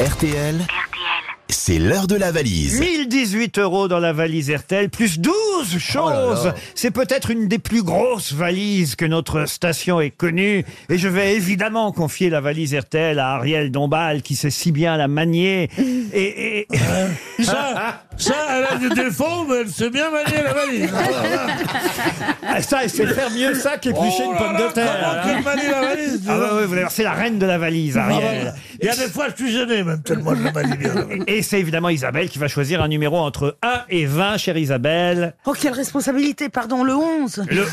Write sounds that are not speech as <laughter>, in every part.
RTL, c'est l'heure de la valise. 1018 euros dans la valise RTL, plus 12 choses. C'est peut-être une des plus grosses valises que notre station ait connue. Et je vais évidemment confier la valise RTL à Ariel Dombal, qui sait si bien la <laughs> manier. Et, et- Ça, ça, elle a des défauts, mais elle sait bien manier la valise. <laughs> ah, ça, elle sait faire mieux ça qu'éplucher Oh une là pomme là, de terre. Comment tu manies la valise tu Ah vois ouais, ouais, vous allez voir, c'est la reine de la valise, Ah Ariel. ouais. Il y a des fois, je suis gêné, même tellement je la manie bien. la valise. Et c'est évidemment Isabelle qui va choisir un numéro entre 1 et 20, chère Isabelle. Oh, quelle responsabilité, pardon, le 11 Le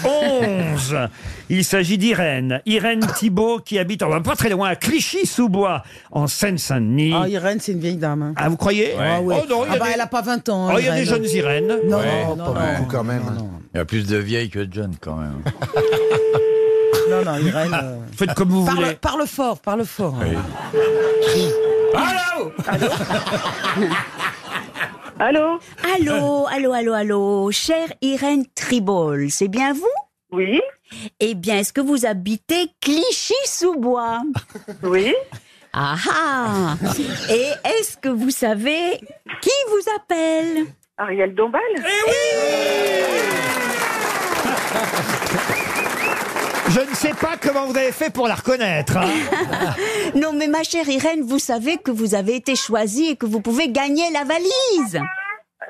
11, il s'agit d'Irène. Irène Thibault qui habite, on va pas très loin, à Clichy-sous-Bois, en Seine-Saint-Denis. Ah, Irène, c'est une vieille dame. hein. Ah, vous croyez Ah, ouais. Oh non, il y a, Ah bah, des... elle a pas 20 ans. oh, il y a des Irène. jeunes Irènes. Non, Ouais, non, non, ouais. non, quand même. Non, non, Il y a plus de vieilles que de jeunes quand même. non, non, Irène. euh, Faites comme vous Parle, voulez. parle fort, parle fort. Allô Allô <laughs> Allô, allô, allô, allô, chère Irène Tribol, c'est bien vous Oui Eh bien, est-ce que vous habitez Clichy-sous-Bois Oui Ah ah Et est-ce que vous savez qui vous appelle Ariel Dombal Je ne sais pas comment vous avez fait pour la reconnaître. hein. Non, mais ma chère Irène, vous savez que vous avez été choisie et que vous pouvez gagner la valise.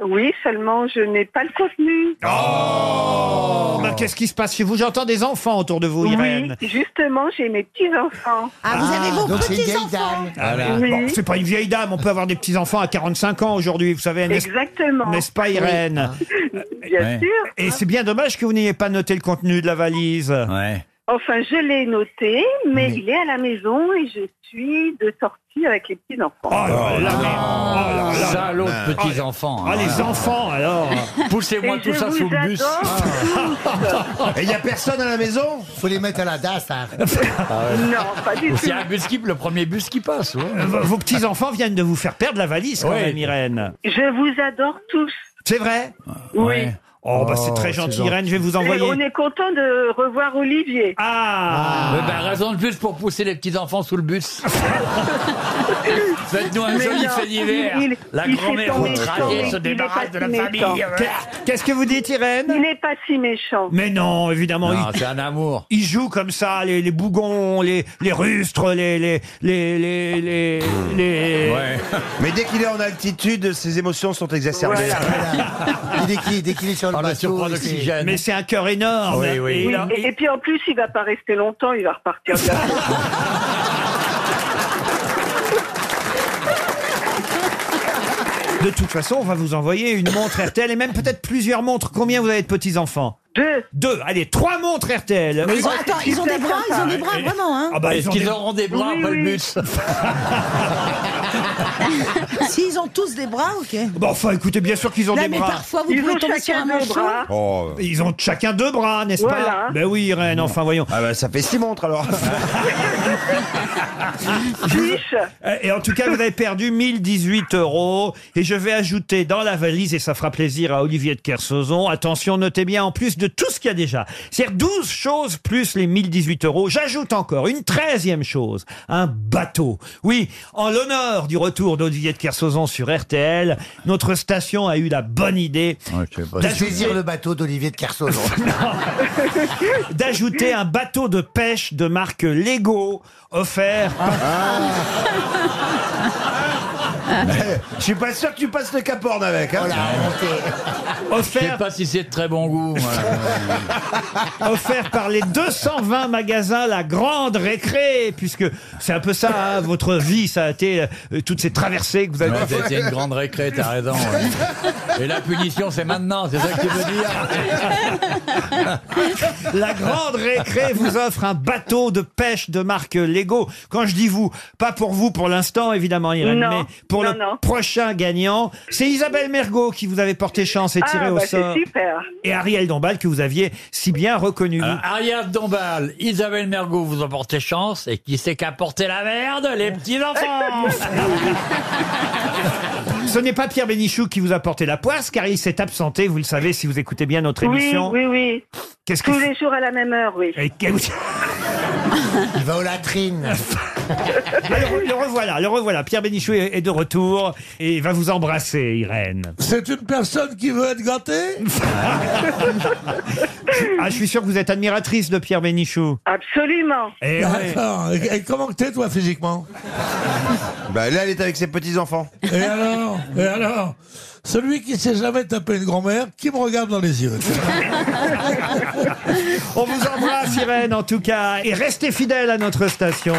Oui, seulement je n'ai pas le contenu. Oh, bah, qu'est-ce qui se passe chez vous J'entends des enfants autour de vous, Irène. Oui, justement, j'ai mes petits-enfants. Ah, vous avez vos donc c'est une vieille petits-enfants oui, Bon, c'est pas une vieille dame, on peut avoir des petits-enfants à 45 ans aujourd'hui, vous savez, n'est-ce exactement. n'est-ce pas, Irène Bien Ouais. sûr. Et c'est bien dommage que vous n'ayez pas noté le contenu de la valise. Ouais. Enfin, je l'ai noté, mais, Mais- il est à la maison et je suis de sortie avec les Oh Ah, petits-enfants. là là, mais- oh là là. Salaud de petits enfants. Ah, les enfants, alors Et Poussez-moi je vous adore. Et il n'y a personne à la maison Faut les mettre à la DAS. hein. Ah, Non, pas du tout. C'est un bus qui, le premier bus qui passe. ouais. Vos vos petits-enfants viennent de vous faire perdre la valise, quand Oui. même, Irène. Je vous adore tous. C'est vrai Oui. Ouais. Oh, bah c'est très c'est gentil, gentil. Irène, je vais vous Et on envoyer... est content de revoir Olivier. Ah Eh ben, raison de plus pour pousser les petits enfants sous le <laughs> bus. Faites-nous un Mais joli non, fait d'hiver. il- il- La il grand-mère s'est tombé sur outraillée les- se il est débarrasse de la fasciné, famille. tant. Qu'est- Qu'est-ce que vous dites, Il Irène n'est pas si méchant. Mais non, évidemment, Non, il- c'est un amour. Ils jouent comme ça, les, les bougons, les, les rustres, les... les, les, les, les, les- Ouais. Mais dès qu'il est en altitude, ses émotions sont exacerbées. <laughs> Ah, Et dès qu'il dès qu'il est sur le Par le bateau, surprend il s'est- d'oxygène. Mais Oh, c'est un cœur énorme. Oui, oui. Et Oui, il a- et, et puis en plus, il va pas rester longtemps, il va repartir. <laughs> de la- De toute façon, on va vous envoyer une montre RTL et même peut-être plusieurs montres. Combien vous avez de petits-enfants Deux. Deux, allez, trois montres RTL. Mais ils ont, attends, ils ont des bras, ils ont des bras, vraiment, hein Ah bah, ils Est-ce ont qu'ils des- auront des bras Oui, après le oui. bus S'ils ont tous des bras, ok. Bah, enfin, écoutez, bien sûr qu'ils ont Là, des mais bras. parfois, vous Ils pouvez ont tomber sur un hein. chacun deux manchot. bras. Oh. Ils ont chacun deux bras, n'est-ce pas Voilà. Ben oui, Irène, enfin voyons. Ah bah ça fait six montres alors. Fiche. Euh, Et en tout cas, vous avez perdu 1018 euros. Et je vais ajouter dans la valise, et ça fera plaisir à Olivier de Kersauzon. Attention, notez bien, en plus de tout ce qu'il y a déjà, c'est-à-dire 12 choses plus les 1018 euros, j'ajoute encore une treizième chose, un bateau. Oui, en l'honneur du retour d'Olivier de Kersauzon sur RTL, notre station a eu la bonne idée Ouais, je sais pas. de saisir le bateau d'Olivier de Kersauzon. d'ajouter un bateau de pêche de marque Lego offert Ah. par <laughs> Je suis pas sûr que tu passes le Cap Horn avec. Hein. Oh la honte. Je sais offert pas si c'est de très bon goût. moi. offert par les 220 magasins La Grande Récré, puisque c'est un peu ça, hein, votre vie, ça a été euh, toutes ces traversées que vous avez... Ouais, C'était une grande récré, t'as raison. ouais. Et la punition, c'est maintenant, c'est ça que tu veux dire La Grande Récré vous offre un bateau de pêche de marque Lego. Quand je dis vous, pas pour vous pour l'instant, évidemment, Irène, Non, mais pour non, le non. prochain gagnant. C'est Isabelle Mergot qui vous avait porté chance et tiré Ah, au bah, sort. c'est super. Et Ariel Dombal que vous aviez si bien reconnu. Euh, Ariel Dombal, Isabelle Mergot vous ont porté chance, et qui c'est qu'a porté la merde Les petits-enfants Ce n'est pas Pierre Bénichou qui vous a porté la poisse, car il s'est absenté, vous le savez, si vous écoutez bien notre Oui, émission. oui, oui. Qu'est-ce que Tous les jours à la même heure, oui. Et que- Il va aux latrines. Ah, le, re- le revoilà, le revoilà. Pierre Bénichou est est de retour et il va vous embrasser, Irène. C'est une personne qui veut être gâtée Ah, je suis sûr que vous êtes admiratrice de Pierre Bénichou. Absolument. Eh ouais. D'accord. Et, et comment que t'es, toi, physiquement <laughs> Bah là, elle est avec ses petits-enfants. <laughs> Et alors Et alors Celui qui sait jamais taper une grand-mère, qui me regarde dans les yeux On vous embrasse, Irène, en tout cas, et restez fidèles à notre station.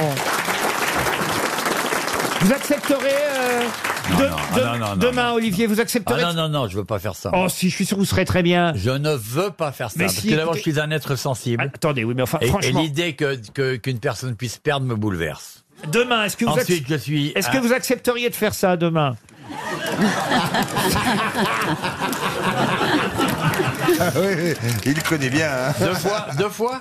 Vous accepterez euh, de- non, de- ah non, non, non, demain, non. Olivier, vous Ah accepterez non, non, non, je veux pas faire ça. Oh, si, je suis sûr que vous serez très bien. Je ne veux pas faire ça. Mais parce si, que d'abord, je écoutez- suis un être sensible. Attendez, oui, mais enfin, Et- et franchement, l'idée qu'une que, qu'une personne puisse perdre me bouleverse. demain, est-ce que vous, Ensuite, ac- je suis. est-ce un- que vous accepteriez de faire ça demain Il connaît bien. hein. Deux fois Deux fois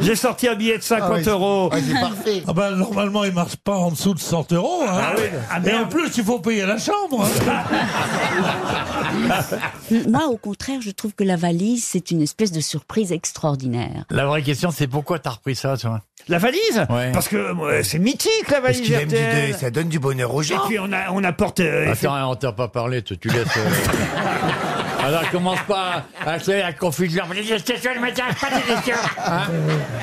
J'ai sorti un billet de 50 Ah oui. euros. Ah, c'est parfait. Ah ben, normalement, il marche pas en dessous de 100 euros. hein. Ah oui. Ah, Et en merde. plus, il faut payer la Oh, chambre. hein. Moi, au contraire, je trouve que la valise, c'est une espèce de surprise extraordinaire. La vraie question, c'est pourquoi t'as repris ça, toi La valise Ouais. Parce que euh, c'est mythique, la Parce valise qu'il aime du- RTL. ça donne du bonheur aux Et gens. puis, on, a- on apporte... euh, Attends, hein, on t'a pas parlé, tu, tu laisses. euh, <laughs> Alors commence pas à, à, à confondre leur manifestation, le matin, pas de question. Hein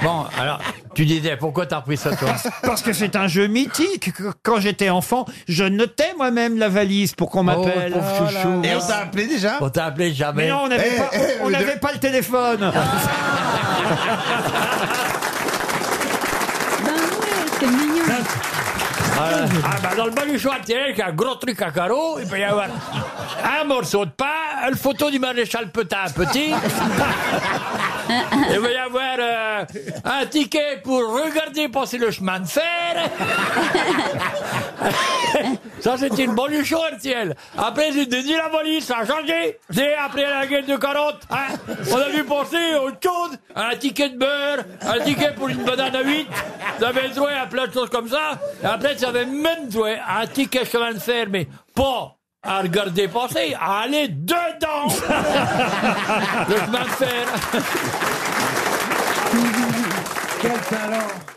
bon, alors tu disais pourquoi t'as repris ça toi <laughs> Parce que c'est un jeu mythique. Que- Quand j'étais enfant, je notais moi-même la valise pour qu'on m'appelle. Oh, pauvre chouchou. Et on t'a appelé déjà On t'a appelé Mais jamais. non, on n'avait Eh, pas, eh, on le- n'avait pas le téléphone. Ben ouais, c'est mignon. Ah bah dans le baluchon à télé, il y a un gros truc à carreaux, il peut y avoir un morceau de pain, une photo du maréchal Petain petit. Il va y avoir euh, un ticket pour regarder passer le chemin de fer. Ça, c'est une baluchon RTL. Après, j'ai dit la police, ça a changé. C'est après la guerre de 40. hein, on a vu passer autre chose. Un ticket de beurre, un ticket pour une banane à 8. Vous avez joué à plein de choses comme ça. Et après, ça avait même joué à un ticket chemin de fer, mais pas à regarder passer, à aller dedans. <laughs> le chemin de fer. Quel talent